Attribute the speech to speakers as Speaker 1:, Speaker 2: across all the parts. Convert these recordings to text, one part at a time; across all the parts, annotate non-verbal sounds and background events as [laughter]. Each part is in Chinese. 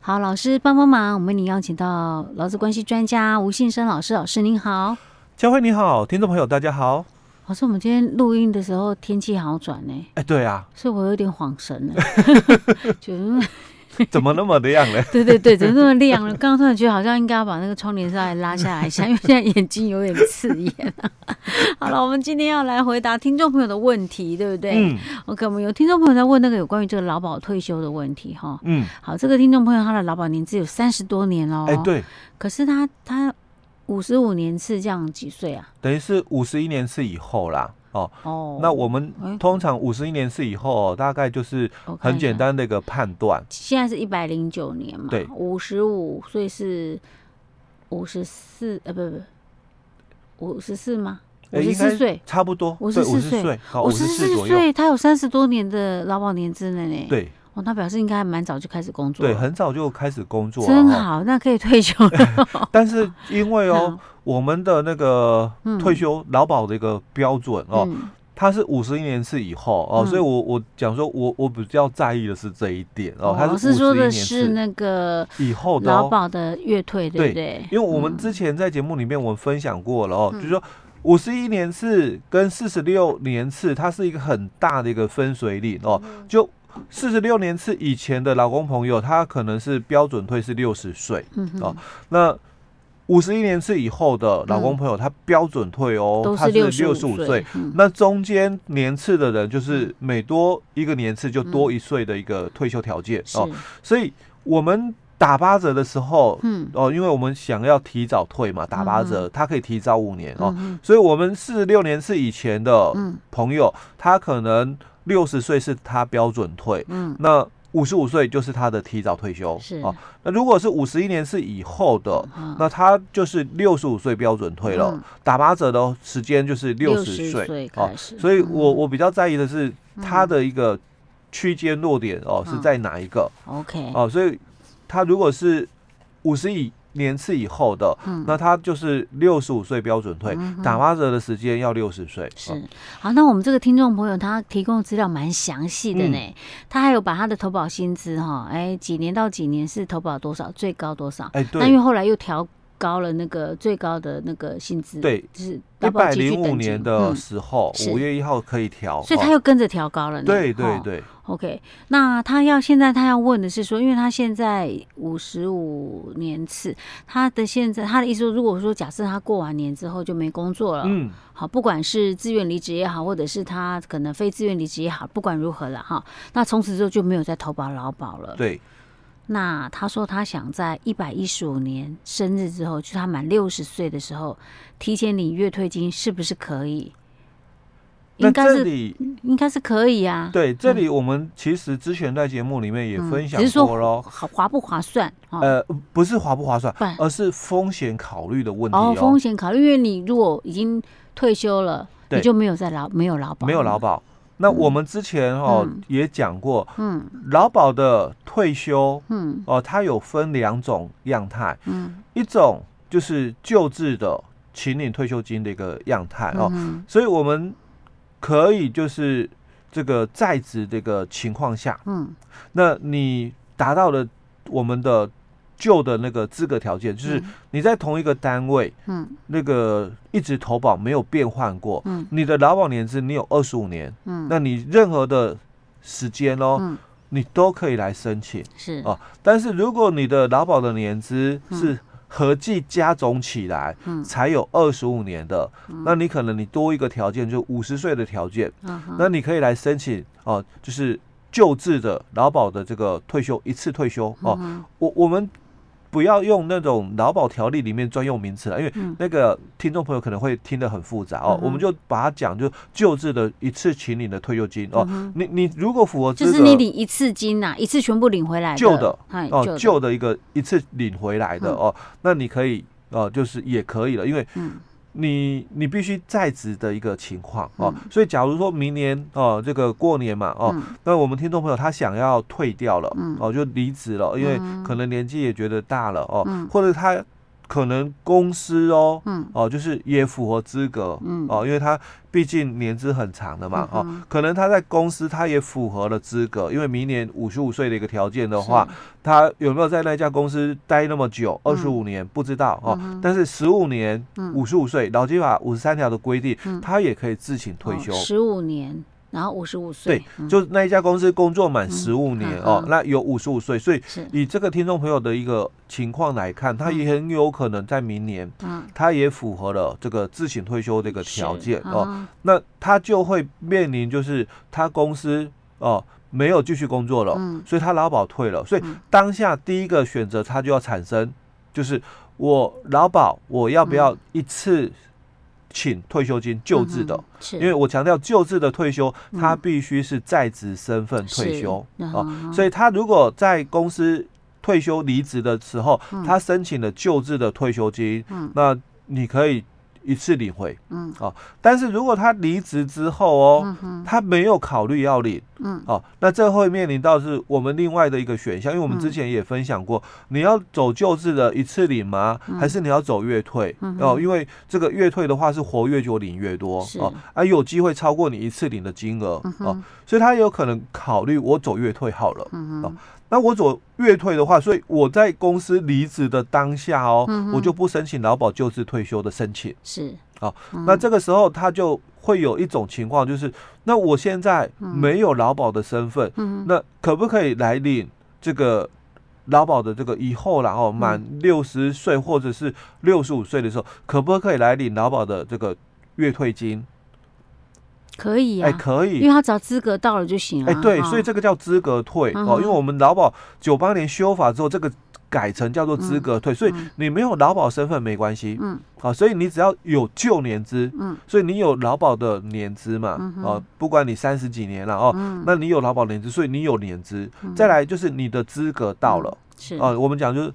Speaker 1: 好，老师帮帮忙，我们为您邀请到劳资关系专家吴信生老师，老师您好。
Speaker 2: 佳慧你好，听众朋友大家好。
Speaker 1: 老师，我们今天录音的时候天气好转呢、
Speaker 2: 哎，对
Speaker 1: [laughs]
Speaker 2: 啊，
Speaker 1: 所以我有点恍神了， [laughs] 觉得
Speaker 2: 怎么那么的样呢？
Speaker 1: 对对对，怎么那么亮了？刚刚突然觉得好像应该要把那个窗帘稍微拉下来一下，因为现在眼睛有点刺眼、啊 [laughs] 好了，我们今天要来回答听众朋友的问题，对不对？
Speaker 2: 嗯
Speaker 1: OK，我们有听众朋友在问那个有关于这个劳保退休的问题哈。
Speaker 2: 嗯，
Speaker 1: 好，这个听众朋友他的劳保年资有三十多年哦，
Speaker 2: 哎，，对，
Speaker 1: 可是他他五十五年次这样几岁啊？
Speaker 2: 等于是五十一年次以后啦。哦，
Speaker 1: 哦，
Speaker 2: 那我们
Speaker 1: 哎
Speaker 2: 通常五十一年次以后、大概就是
Speaker 1: 我看一
Speaker 2: 很
Speaker 1: 下
Speaker 2: 简，单的一个判断。
Speaker 1: 现在是一百零九年嘛，
Speaker 2: 对
Speaker 1: 五十五岁是五十四，呃，不不，五十四吗？
Speaker 2: 哎
Speaker 1: 五十
Speaker 2: 应该
Speaker 1: 四岁，
Speaker 2: 差不多，对，
Speaker 1: 54
Speaker 2: 五
Speaker 1: 岁
Speaker 2: 十岁，好，
Speaker 1: 五
Speaker 2: 五
Speaker 1: 十
Speaker 2: 十四
Speaker 1: 四
Speaker 2: 左右。
Speaker 1: 岁，他有三十多年的劳保年资了呢。，
Speaker 2: 对
Speaker 1: 哦，那表示应该还蛮早就开始工作
Speaker 2: 对，
Speaker 1: 了，
Speaker 2: 很早就开始工作
Speaker 1: 哦真啊
Speaker 2: 了、哦。
Speaker 1: 好，那可以退休了。
Speaker 2: 但是因为哦，我们的那个
Speaker 1: 嗯
Speaker 2: 退休劳保的一个标准 [laughs] 哦，
Speaker 1: 嗯，
Speaker 2: 他是五十一年次以后哦，
Speaker 1: 嗯
Speaker 2: 所以我我讲说我我比较在意的是这一点哦，他
Speaker 1: 老
Speaker 2: 是
Speaker 1: 师说
Speaker 2: 五十一
Speaker 1: 的
Speaker 2: 年
Speaker 1: 是
Speaker 2: 次
Speaker 1: 那个
Speaker 2: 以后的
Speaker 1: 劳
Speaker 2: 哦，
Speaker 1: 保的月退，对不
Speaker 2: 对
Speaker 1: 对？
Speaker 2: 因为我们之前在节目里面我们分享过了哦，
Speaker 1: 嗯
Speaker 2: 就是说五十一年次跟四十六年次，它是一个很大的一个分水岭哦，
Speaker 1: 嗯
Speaker 2: 就。四十六年次以前的劳工朋友，他可能是标准退是六十岁。
Speaker 1: 嗯哼
Speaker 2: 哦那五十一年次以后的劳工朋友，他标准退哦，
Speaker 1: 嗯都
Speaker 2: 他
Speaker 1: 是
Speaker 2: 是
Speaker 1: 六
Speaker 2: 六
Speaker 1: 五
Speaker 2: 十五岁
Speaker 1: 岁。，嗯
Speaker 2: 那中间年次的人，就是每多一个年次就多一岁的一个退休条件、
Speaker 1: 嗯是
Speaker 2: 哦。所以我们打八折的时候，
Speaker 1: 嗯
Speaker 2: 哦，因为我们想要提早退嘛，打八折，它可以提早五年哦。
Speaker 1: 嗯
Speaker 2: 所以我们四十六年次以前的
Speaker 1: 嗯
Speaker 2: 朋友，他可能六十岁是他标准退，
Speaker 1: 嗯
Speaker 2: 那五十五岁就是他的提早退休
Speaker 1: 是
Speaker 2: 哦。那如果是五十一年次以后的，
Speaker 1: 嗯，
Speaker 2: 那他就是六十五岁标准退了，
Speaker 1: 嗯
Speaker 2: 打八折的时间就是六
Speaker 1: 60
Speaker 2: 十
Speaker 1: 岁
Speaker 2: 岁哦
Speaker 1: 开。始，
Speaker 2: 所以
Speaker 1: 嗯
Speaker 2: 我我比较在意的是它的一个区间落点哦
Speaker 1: 嗯哎
Speaker 2: 是在哪一个
Speaker 1: OK
Speaker 2: 哦，所以它如果是五十以年次以后的，
Speaker 1: 嗯
Speaker 2: 那它就是六十五岁标准退，打八折的时间要六十岁。
Speaker 1: 是
Speaker 2: 哦
Speaker 1: 好，那我们这个听众朋友他提供的资料蛮详细的
Speaker 2: 嗯
Speaker 1: 呢，他还有把他的投保薪资哈，哎，几年到几年是投保多少，最高多少？
Speaker 2: 哎，
Speaker 1: 那因为
Speaker 2: 对
Speaker 1: 后来又调高了那个最高的那个薪资，，
Speaker 2: 对，
Speaker 1: 就是
Speaker 2: 一
Speaker 1: 劳保
Speaker 2: 百
Speaker 1: 集聚
Speaker 2: 零
Speaker 1: 等
Speaker 2: 五
Speaker 1: 级
Speaker 2: 年
Speaker 1: 嘛
Speaker 2: 的
Speaker 1: 嗯
Speaker 2: 时候，
Speaker 1: 是
Speaker 2: 五月一号可以调，
Speaker 1: 嗯所以他哦
Speaker 2: 哦
Speaker 1: 又跟着调高了呢。
Speaker 2: 对对
Speaker 1: 哈
Speaker 2: 对，
Speaker 1: OK，那他要现在他要问的是说，因为他现在五十五年次，他的现在他的意思说，如果说假设他过完年之后就没工作了，，
Speaker 2: 嗯，
Speaker 1: 好，不管是自愿离职也好，或者是他可能非自愿离职也好，不管如何了哈，那从此之后就没有再投保劳保了。
Speaker 2: 对
Speaker 1: 那他说他想在一百一十五年生日之后，就是他满六十岁的时候，提前领月退金，是不是可以？
Speaker 2: 那
Speaker 1: 应该
Speaker 2: 这
Speaker 1: 是
Speaker 2: 里
Speaker 1: 应该是可以啊。
Speaker 2: 对这里我们其实之前在节目里面也
Speaker 1: 嗯
Speaker 2: 分享
Speaker 1: 只是
Speaker 2: 过喽
Speaker 1: 说，划划不划算啊？
Speaker 2: 呃，不是划不划算
Speaker 1: 不然，
Speaker 2: 而是风险考虑的问题
Speaker 1: 哦，风
Speaker 2: 哦。
Speaker 1: 险考虑，因为你如果已经退休了，你
Speaker 2: 对
Speaker 1: 就没有在劳没有劳保，
Speaker 2: 没有劳，保，那我们之前哦
Speaker 1: 嗯
Speaker 2: 也讲过，
Speaker 1: 嗯
Speaker 2: 劳保的退休
Speaker 1: 嗯
Speaker 2: 哦，它有分两种样态，
Speaker 1: 嗯，
Speaker 2: 一种就是救治的，请领退休金的一个样态哦，
Speaker 1: 嗯
Speaker 2: 所以我们可以就是这个在职这个情况下，
Speaker 1: 嗯
Speaker 2: 那你达到了我们的旧的那个资格条件，就是你在同一个单位。
Speaker 1: 嗯
Speaker 2: 那个一直投保没有变换过，
Speaker 1: 嗯
Speaker 2: 你的劳保年资你有二十五年，
Speaker 1: 嗯，
Speaker 2: 那你任何的时间哦，
Speaker 1: 嗯
Speaker 2: 你都可以来申请。
Speaker 1: 是
Speaker 2: 哦但是如果你的劳保的年资是合计加总起来、
Speaker 1: 嗯
Speaker 2: 才有二十五年的，那你可能你多一个条件，就五十岁的条件，
Speaker 1: 嗯哼
Speaker 2: 那你可以来申请哦，就是救治的劳保的这个退休一次退休哦，
Speaker 1: 嗯
Speaker 2: 我我们不要用那种劳保条例里面专用名词啊了，因为
Speaker 1: 嗯
Speaker 2: 那个听众朋友可能会听得很复杂哦
Speaker 1: 嗯。哼
Speaker 2: 我们就把它讲，就救治的一次请领的退休金哦。
Speaker 1: 嗯
Speaker 2: 你你如果符合
Speaker 1: 就
Speaker 2: 资
Speaker 1: 是你
Speaker 2: 格
Speaker 1: 领一次金呐，一次全部领回来
Speaker 2: 旧的
Speaker 1: 哎
Speaker 2: 哦，
Speaker 1: 旧
Speaker 2: 旧
Speaker 1: 的
Speaker 2: 的一个一次领回来的
Speaker 1: 嗯
Speaker 2: 哦，那你可以哦，就是也可以了，因为
Speaker 1: 嗯
Speaker 2: 你你必须在职的一个情况哦。所以假如说明年哦，这个过年嘛哦，
Speaker 1: 嗯
Speaker 2: 那我们听众朋友他想要退掉了，
Speaker 1: 嗯
Speaker 2: 哦，就离职了，因为
Speaker 1: 嗯
Speaker 2: 可能年纪也觉得大了哦，
Speaker 1: 嗯
Speaker 2: 或者他可能公司哦，
Speaker 1: 嗯
Speaker 2: 哦，就是也符合资格，
Speaker 1: 嗯
Speaker 2: 哦，因为他毕竟年资很长的嘛，
Speaker 1: 嗯
Speaker 2: 哦，可能他在公司他也符合了资格，因为明年五十五岁的一个条件的话，他有没有在那家公司待那么久，二十五年不知道哦，但是十五年
Speaker 1: 嗯，
Speaker 2: 五十五岁，劳基法五十三条的规定
Speaker 1: 嗯，哦
Speaker 2: 他也可以自请退休。
Speaker 1: 十五年，然后五十五岁
Speaker 2: 对，，就是那一家公司工作满十五年
Speaker 1: 嗯
Speaker 2: 哦
Speaker 1: 嗯，
Speaker 2: 那有五十五岁，所以
Speaker 1: 是
Speaker 2: 以这个听众朋友的一个情况来看，他也很有可能在明年，
Speaker 1: 嗯
Speaker 2: 他也符合了这个自请退休的一个条件哦，
Speaker 1: 哦，
Speaker 2: 那他就会面临就是他公司哦没有继续工作了，
Speaker 1: 嗯
Speaker 2: 所以他劳保退了，所以
Speaker 1: 嗯
Speaker 2: 当下第一个选择他就要产生，就是我劳保我要不要一次请退休金救治的
Speaker 1: 嗯？哼是
Speaker 2: 因为我强调救治的退休，
Speaker 1: 嗯
Speaker 2: 他必须是在职身份退
Speaker 1: 是
Speaker 2: 休
Speaker 1: 嗯
Speaker 2: 哦，
Speaker 1: 哼
Speaker 2: 所以他如果在公司退休离职的时候，他申请了救治的退休金，
Speaker 1: 嗯
Speaker 2: 那你可以一次领回。
Speaker 1: 嗯
Speaker 2: 但是如果他离职之后哦，
Speaker 1: 嗯哼
Speaker 2: 他没有考虑要领
Speaker 1: 嗯
Speaker 2: 哦，那这会面临到是我们另外的一个选项，因为我们之前也分享过，
Speaker 1: 嗯
Speaker 2: 你要走救治的一次领吗？还是你要走月退？
Speaker 1: 嗯
Speaker 2: 哦，
Speaker 1: 哼
Speaker 2: 因为这个月退的话是活越久领越多
Speaker 1: 是
Speaker 2: 哦，啊有机会超过你一次领的金额
Speaker 1: 嗯
Speaker 2: 哦
Speaker 1: 哼，
Speaker 2: 所以他有可能考虑我走月退好了。
Speaker 1: 嗯哼
Speaker 2: 那我走月退的话，所以我在公司离职的当下哦，
Speaker 1: 嗯哼
Speaker 2: 我就不申请劳保救治退休的申请。
Speaker 1: 是
Speaker 2: 哦，
Speaker 1: 嗯
Speaker 2: 那这个时候他就会有一种情况，就是那我现在没有劳保的身份，
Speaker 1: 嗯嗯哼
Speaker 2: 那可不可以来领这个劳保的这个以后然后满
Speaker 1: 嗯
Speaker 2: 六十岁或者是六十五岁的时候，可不可以来领劳保的这个月退金？
Speaker 1: 可以
Speaker 2: 哎、
Speaker 1: 啊，
Speaker 2: 可以
Speaker 1: 因为。他只要资格到了就行了
Speaker 2: 哎、
Speaker 1: 啊，
Speaker 2: 对，
Speaker 1: 哈
Speaker 2: 所以这个叫资格退、
Speaker 1: 嗯
Speaker 2: 哦，
Speaker 1: 哼
Speaker 2: 因为我们劳保九八年修法之后，这个改成叫做资格退，所以
Speaker 1: 嗯
Speaker 2: 你没有劳保身份没关系，
Speaker 1: 嗯
Speaker 2: 好、所以你只要有旧年资，
Speaker 1: 嗯
Speaker 2: 所以你有劳保的年资嘛，
Speaker 1: 嗯哼
Speaker 2: 哦，不管你三十几年了哦，
Speaker 1: 嗯
Speaker 2: 那你有劳保年资，所以你有年资，
Speaker 1: 嗯
Speaker 2: 再来就是你的资格到了，
Speaker 1: 是
Speaker 2: 哦，我们讲就是。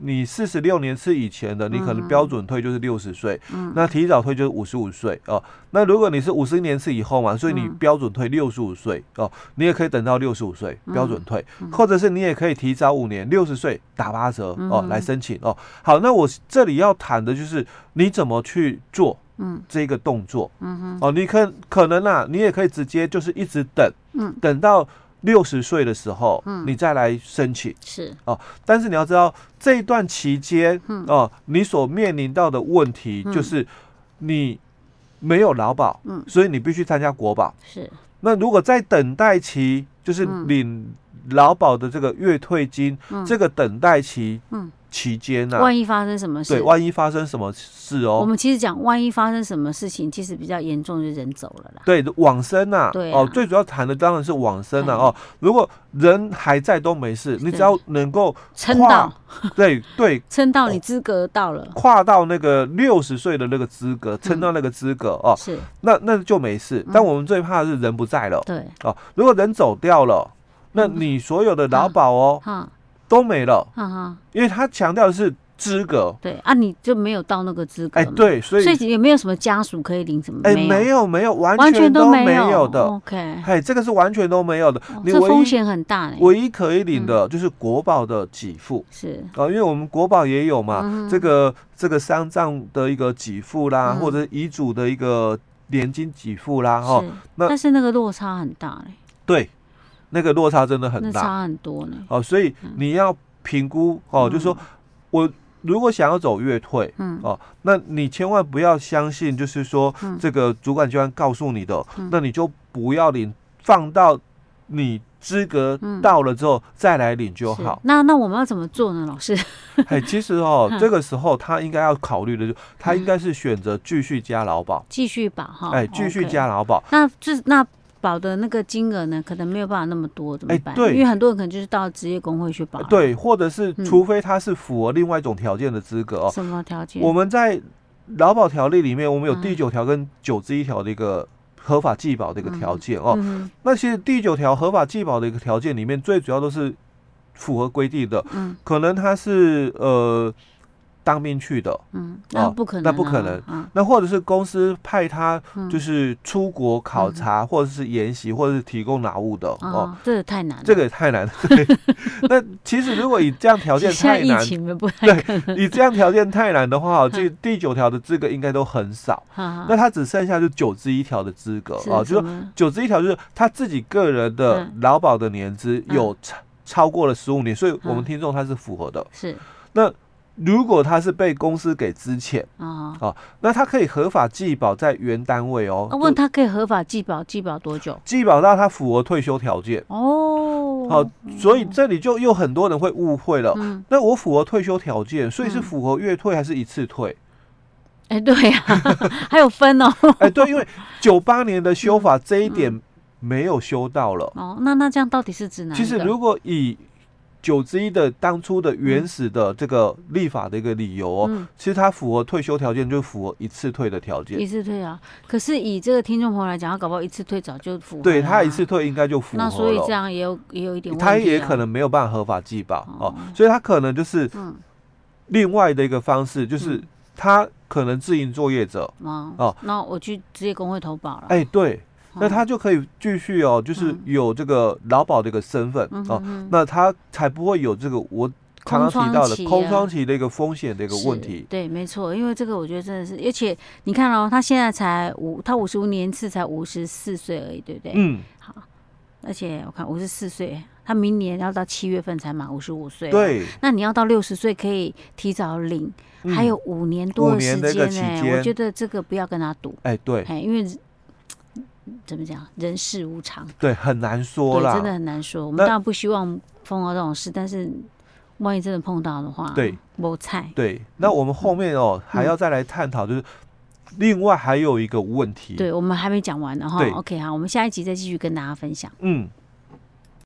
Speaker 2: 你四十六年是以前的，你
Speaker 1: 嗯
Speaker 2: 可能
Speaker 1: 哼
Speaker 2: 标准退就是六十岁，
Speaker 1: 嗯
Speaker 2: 那提早退就是五十五岁哦。那如果你是五十年次以后嘛，所以你
Speaker 1: 嗯
Speaker 2: 标准退六十五岁哦，你也可以等到六十五岁标准退，
Speaker 1: 嗯
Speaker 2: 或者是你也可以提早五年六十岁打八折哦
Speaker 1: 嗯
Speaker 2: 来申请哦。好，那我这里要谈的就是你怎么去做
Speaker 1: 嗯
Speaker 2: 这个动作
Speaker 1: 嗯哼
Speaker 2: 哦。你可可能啊，你也可以直接就是一直等
Speaker 1: 嗯
Speaker 2: 等到六十岁的时候
Speaker 1: 嗯，
Speaker 2: 你再来申请。
Speaker 1: 是
Speaker 2: 但是你要知道，这一段期间，
Speaker 1: 嗯
Speaker 2: 哦、你所面临到的问题
Speaker 1: 嗯
Speaker 2: 就是你没有劳保，
Speaker 1: 嗯
Speaker 2: 所以你必须参加国保。
Speaker 1: 是
Speaker 2: 那如果在等待期，就是
Speaker 1: 嗯
Speaker 2: 领劳保的这个月退金，
Speaker 1: 嗯
Speaker 2: 这个等待期、
Speaker 1: 嗯
Speaker 2: 期间呢、啊，
Speaker 1: 万一发生什么事
Speaker 2: 对，万一发生什么事
Speaker 1: 我
Speaker 2: 哦，
Speaker 1: 们其实讲，万一发生什么事情，其实比较严重，就人走了啦。
Speaker 2: 对，往生呐、
Speaker 1: 对啊
Speaker 2: 哦，最主要谈的当然是往生啊，
Speaker 1: 哎
Speaker 2: 哦，如果人还在都没事，你只要能够
Speaker 1: 撑
Speaker 2: 跨哦
Speaker 1: 到
Speaker 2: 对对
Speaker 1: 撑到你资格到了，
Speaker 2: 跨到那个六十岁的那个资格，撑到那个资格哦，
Speaker 1: 是
Speaker 2: 那那就没事。
Speaker 1: 嗯
Speaker 2: 但我们最怕的是人不在了
Speaker 1: 对，
Speaker 2: 哦，如果人走掉了，那你所有的劳保哦
Speaker 1: 哈
Speaker 2: 都没了，
Speaker 1: 哈哈，
Speaker 2: 因为他强调的是资格。
Speaker 1: 对啊，你就没有到那个资格
Speaker 2: 哎，
Speaker 1: 嘛，
Speaker 2: 对，所以
Speaker 1: 嗯所以也没有什么家属可以领什么，
Speaker 2: 哎，
Speaker 1: 没
Speaker 2: 没
Speaker 1: 有，
Speaker 2: 有没有，完
Speaker 1: 完全
Speaker 2: 都
Speaker 1: 没
Speaker 2: 有的。
Speaker 1: OK，
Speaker 2: 哎，这个是完全都没有的
Speaker 1: 哦。
Speaker 2: 你
Speaker 1: 这
Speaker 2: 唯
Speaker 1: 风
Speaker 2: 一
Speaker 1: 险很大嘞，
Speaker 2: 唯一可以领的
Speaker 1: 嗯
Speaker 2: 就是国保的给付。
Speaker 1: 是
Speaker 2: 啊，因为我们国宝也有嘛，这个这个丧葬的一个给付啦，
Speaker 1: 嗯
Speaker 2: 或者遗嘱的一个年金给付啦，啊哦哈，
Speaker 1: 是，
Speaker 2: 那
Speaker 1: 但是那个落差很大嘞，
Speaker 2: 对，那个落差真的很
Speaker 1: 那
Speaker 2: 大
Speaker 1: 差嗯很多呢，
Speaker 2: 哦、所以你要评估哦，就说我如果想要走月退。
Speaker 1: 嗯
Speaker 2: 哦，那你千万不要相信，就是说
Speaker 1: 嗯
Speaker 2: 这个主管机关告诉你的，那你就不要领，放到你资格
Speaker 1: 嗯
Speaker 2: 到了之后、再来领就好
Speaker 1: 是。嗯
Speaker 2: [laughs]
Speaker 1: 那那我们要怎么做呢，老师？ [laughs]
Speaker 2: 哎，其实哦，这个时候他应该要考虑的就，他应
Speaker 1: 嗯
Speaker 2: 该是选择继续加劳保，
Speaker 1: 继续保哈，
Speaker 2: 哎，继续
Speaker 1: 哦 OK
Speaker 2: 加劳保，
Speaker 1: 那这那保的那个金额呢，可能没有办法那么多，怎么
Speaker 2: 哎
Speaker 1: 办？
Speaker 2: 对
Speaker 1: 因为很多人可能就是到职业工会去保
Speaker 2: 呃
Speaker 1: 了。
Speaker 2: 对，或者是
Speaker 1: 嗯
Speaker 2: 除非他是符合另外一种条件的资格哦。
Speaker 1: 什么条件？
Speaker 2: 我们在劳保条例里面，我们有
Speaker 1: 嗯
Speaker 2: 第九条跟九十一条的一个合法继保的一个条件哦。
Speaker 1: 嗯
Speaker 2: 那其实第九条合法继保的一个条件里面，最主要都是符合规定的，
Speaker 1: 嗯
Speaker 2: 可能他是呃。当兵去的，
Speaker 1: 嗯，那
Speaker 2: 哦
Speaker 1: 不可能、
Speaker 2: 那不可能，
Speaker 1: 嗯
Speaker 2: 那或者是公司派他
Speaker 1: 嗯
Speaker 2: 就是出国考察，或者是研习，或者是提供劳务的哦。
Speaker 1: 哦，这个太难了，
Speaker 2: 这个也太难了。
Speaker 1: [laughs]
Speaker 2: 对那其实如果以这样条件
Speaker 1: 现在
Speaker 2: 太难
Speaker 1: 疫，情 [laughs] 了不太
Speaker 2: 对，以这样条件太难的话，这第九条的资格应该都很少。
Speaker 1: 哈
Speaker 2: 那他只剩下就九之一条的资格
Speaker 1: 啊是
Speaker 2: 啊，就
Speaker 1: 什
Speaker 2: 是说
Speaker 1: 么
Speaker 2: 九之一条就是他自己个人的
Speaker 1: 嗯
Speaker 2: 劳保的年资
Speaker 1: 嗯
Speaker 2: 有超超过了十五年，所以我
Speaker 1: 嗯
Speaker 2: 们听众他是符合的。
Speaker 1: 是
Speaker 2: 那如果他是被公司给支遣，
Speaker 1: 哦。
Speaker 2: 那他可以合法寄保在原单位哦。
Speaker 1: 那啊问
Speaker 2: 就
Speaker 1: 他可以合法寄保，寄保多久？
Speaker 2: 寄保到他符合退休条件，
Speaker 1: 哦，
Speaker 2: 好、所以这里就又很多人会误会了。
Speaker 1: 嗯，
Speaker 2: 那我符合退休条件，所以是
Speaker 1: 嗯
Speaker 2: 符合月退还是一次退？
Speaker 1: 哎，对呀， [laughs] 还有分哦。
Speaker 2: 哎，对，因为九八年的修
Speaker 1: 嗯
Speaker 2: 法这一点没有修到了。
Speaker 1: 哦，那那这样到底是指哪一
Speaker 2: 其
Speaker 1: 个？
Speaker 2: 实如果以九之一的当初的原始的这个立法的一个理由哦，
Speaker 1: 嗯
Speaker 2: 其实它符合退休条件，就符合一次退的条件
Speaker 1: 一。次退啊，可是以这个听众朋友来讲，他搞不好一次退早就符合
Speaker 2: 对
Speaker 1: 了
Speaker 2: 他
Speaker 1: 啊
Speaker 2: 一次，退应该就符合了。
Speaker 1: 那所以这样也有也有一点问题啊、
Speaker 2: 他也可能没有办法合法寄保
Speaker 1: 哦
Speaker 2: 哦，所以他可能就是
Speaker 1: 嗯
Speaker 2: 另外的一个方式，就是
Speaker 1: 嗯
Speaker 2: 他可能自营作业者，
Speaker 1: 哦
Speaker 2: 哦
Speaker 1: 那我去职业工会投保了。
Speaker 2: 哎，对，
Speaker 1: 哦，
Speaker 2: 那他就可以继续哦，就是
Speaker 1: 嗯
Speaker 2: 有这个劳保的一个身份
Speaker 1: 嗯
Speaker 2: 哦
Speaker 1: 哼，哼
Speaker 2: 那他才不会有这个我常常提到
Speaker 1: 空窗
Speaker 2: 的
Speaker 1: 期啊
Speaker 2: 空窗期的一个风险的一个问
Speaker 1: 是
Speaker 2: 题。
Speaker 1: 对，没错，因为这个我觉得真的是，而且你看哦，他现在才五，他五十五年次才五十四岁而已，对不对？
Speaker 2: 嗯，
Speaker 1: 好，而且我看五十四岁，他明年要到七月份才满五十五岁。。
Speaker 2: 对，
Speaker 1: 那你要到六十岁可以提早领，
Speaker 2: 嗯
Speaker 1: 还有五年多的
Speaker 2: 五
Speaker 1: 时
Speaker 2: 年的一
Speaker 1: 间
Speaker 2: 个
Speaker 1: 呢、
Speaker 2: 期间
Speaker 1: 我觉得这个不要跟他赌，
Speaker 2: 哎，对
Speaker 1: 哎，因为嗯怎么讲，人事无常，
Speaker 2: 对，很难说
Speaker 1: 对，
Speaker 2: 啦
Speaker 1: 真的。很难说。我们
Speaker 2: 那
Speaker 1: 当然不希望碰到这种事，但是万一真的碰到的话，
Speaker 2: 对，
Speaker 1: 没菜，
Speaker 2: 对，那我们后面哦
Speaker 1: 嗯
Speaker 2: 还要再来探讨，就是另外还有一个问题。
Speaker 1: 对，我们还没讲完呢哈
Speaker 2: 对。
Speaker 1: OK，好，我们下一集再继续跟大家分享。
Speaker 2: 嗯，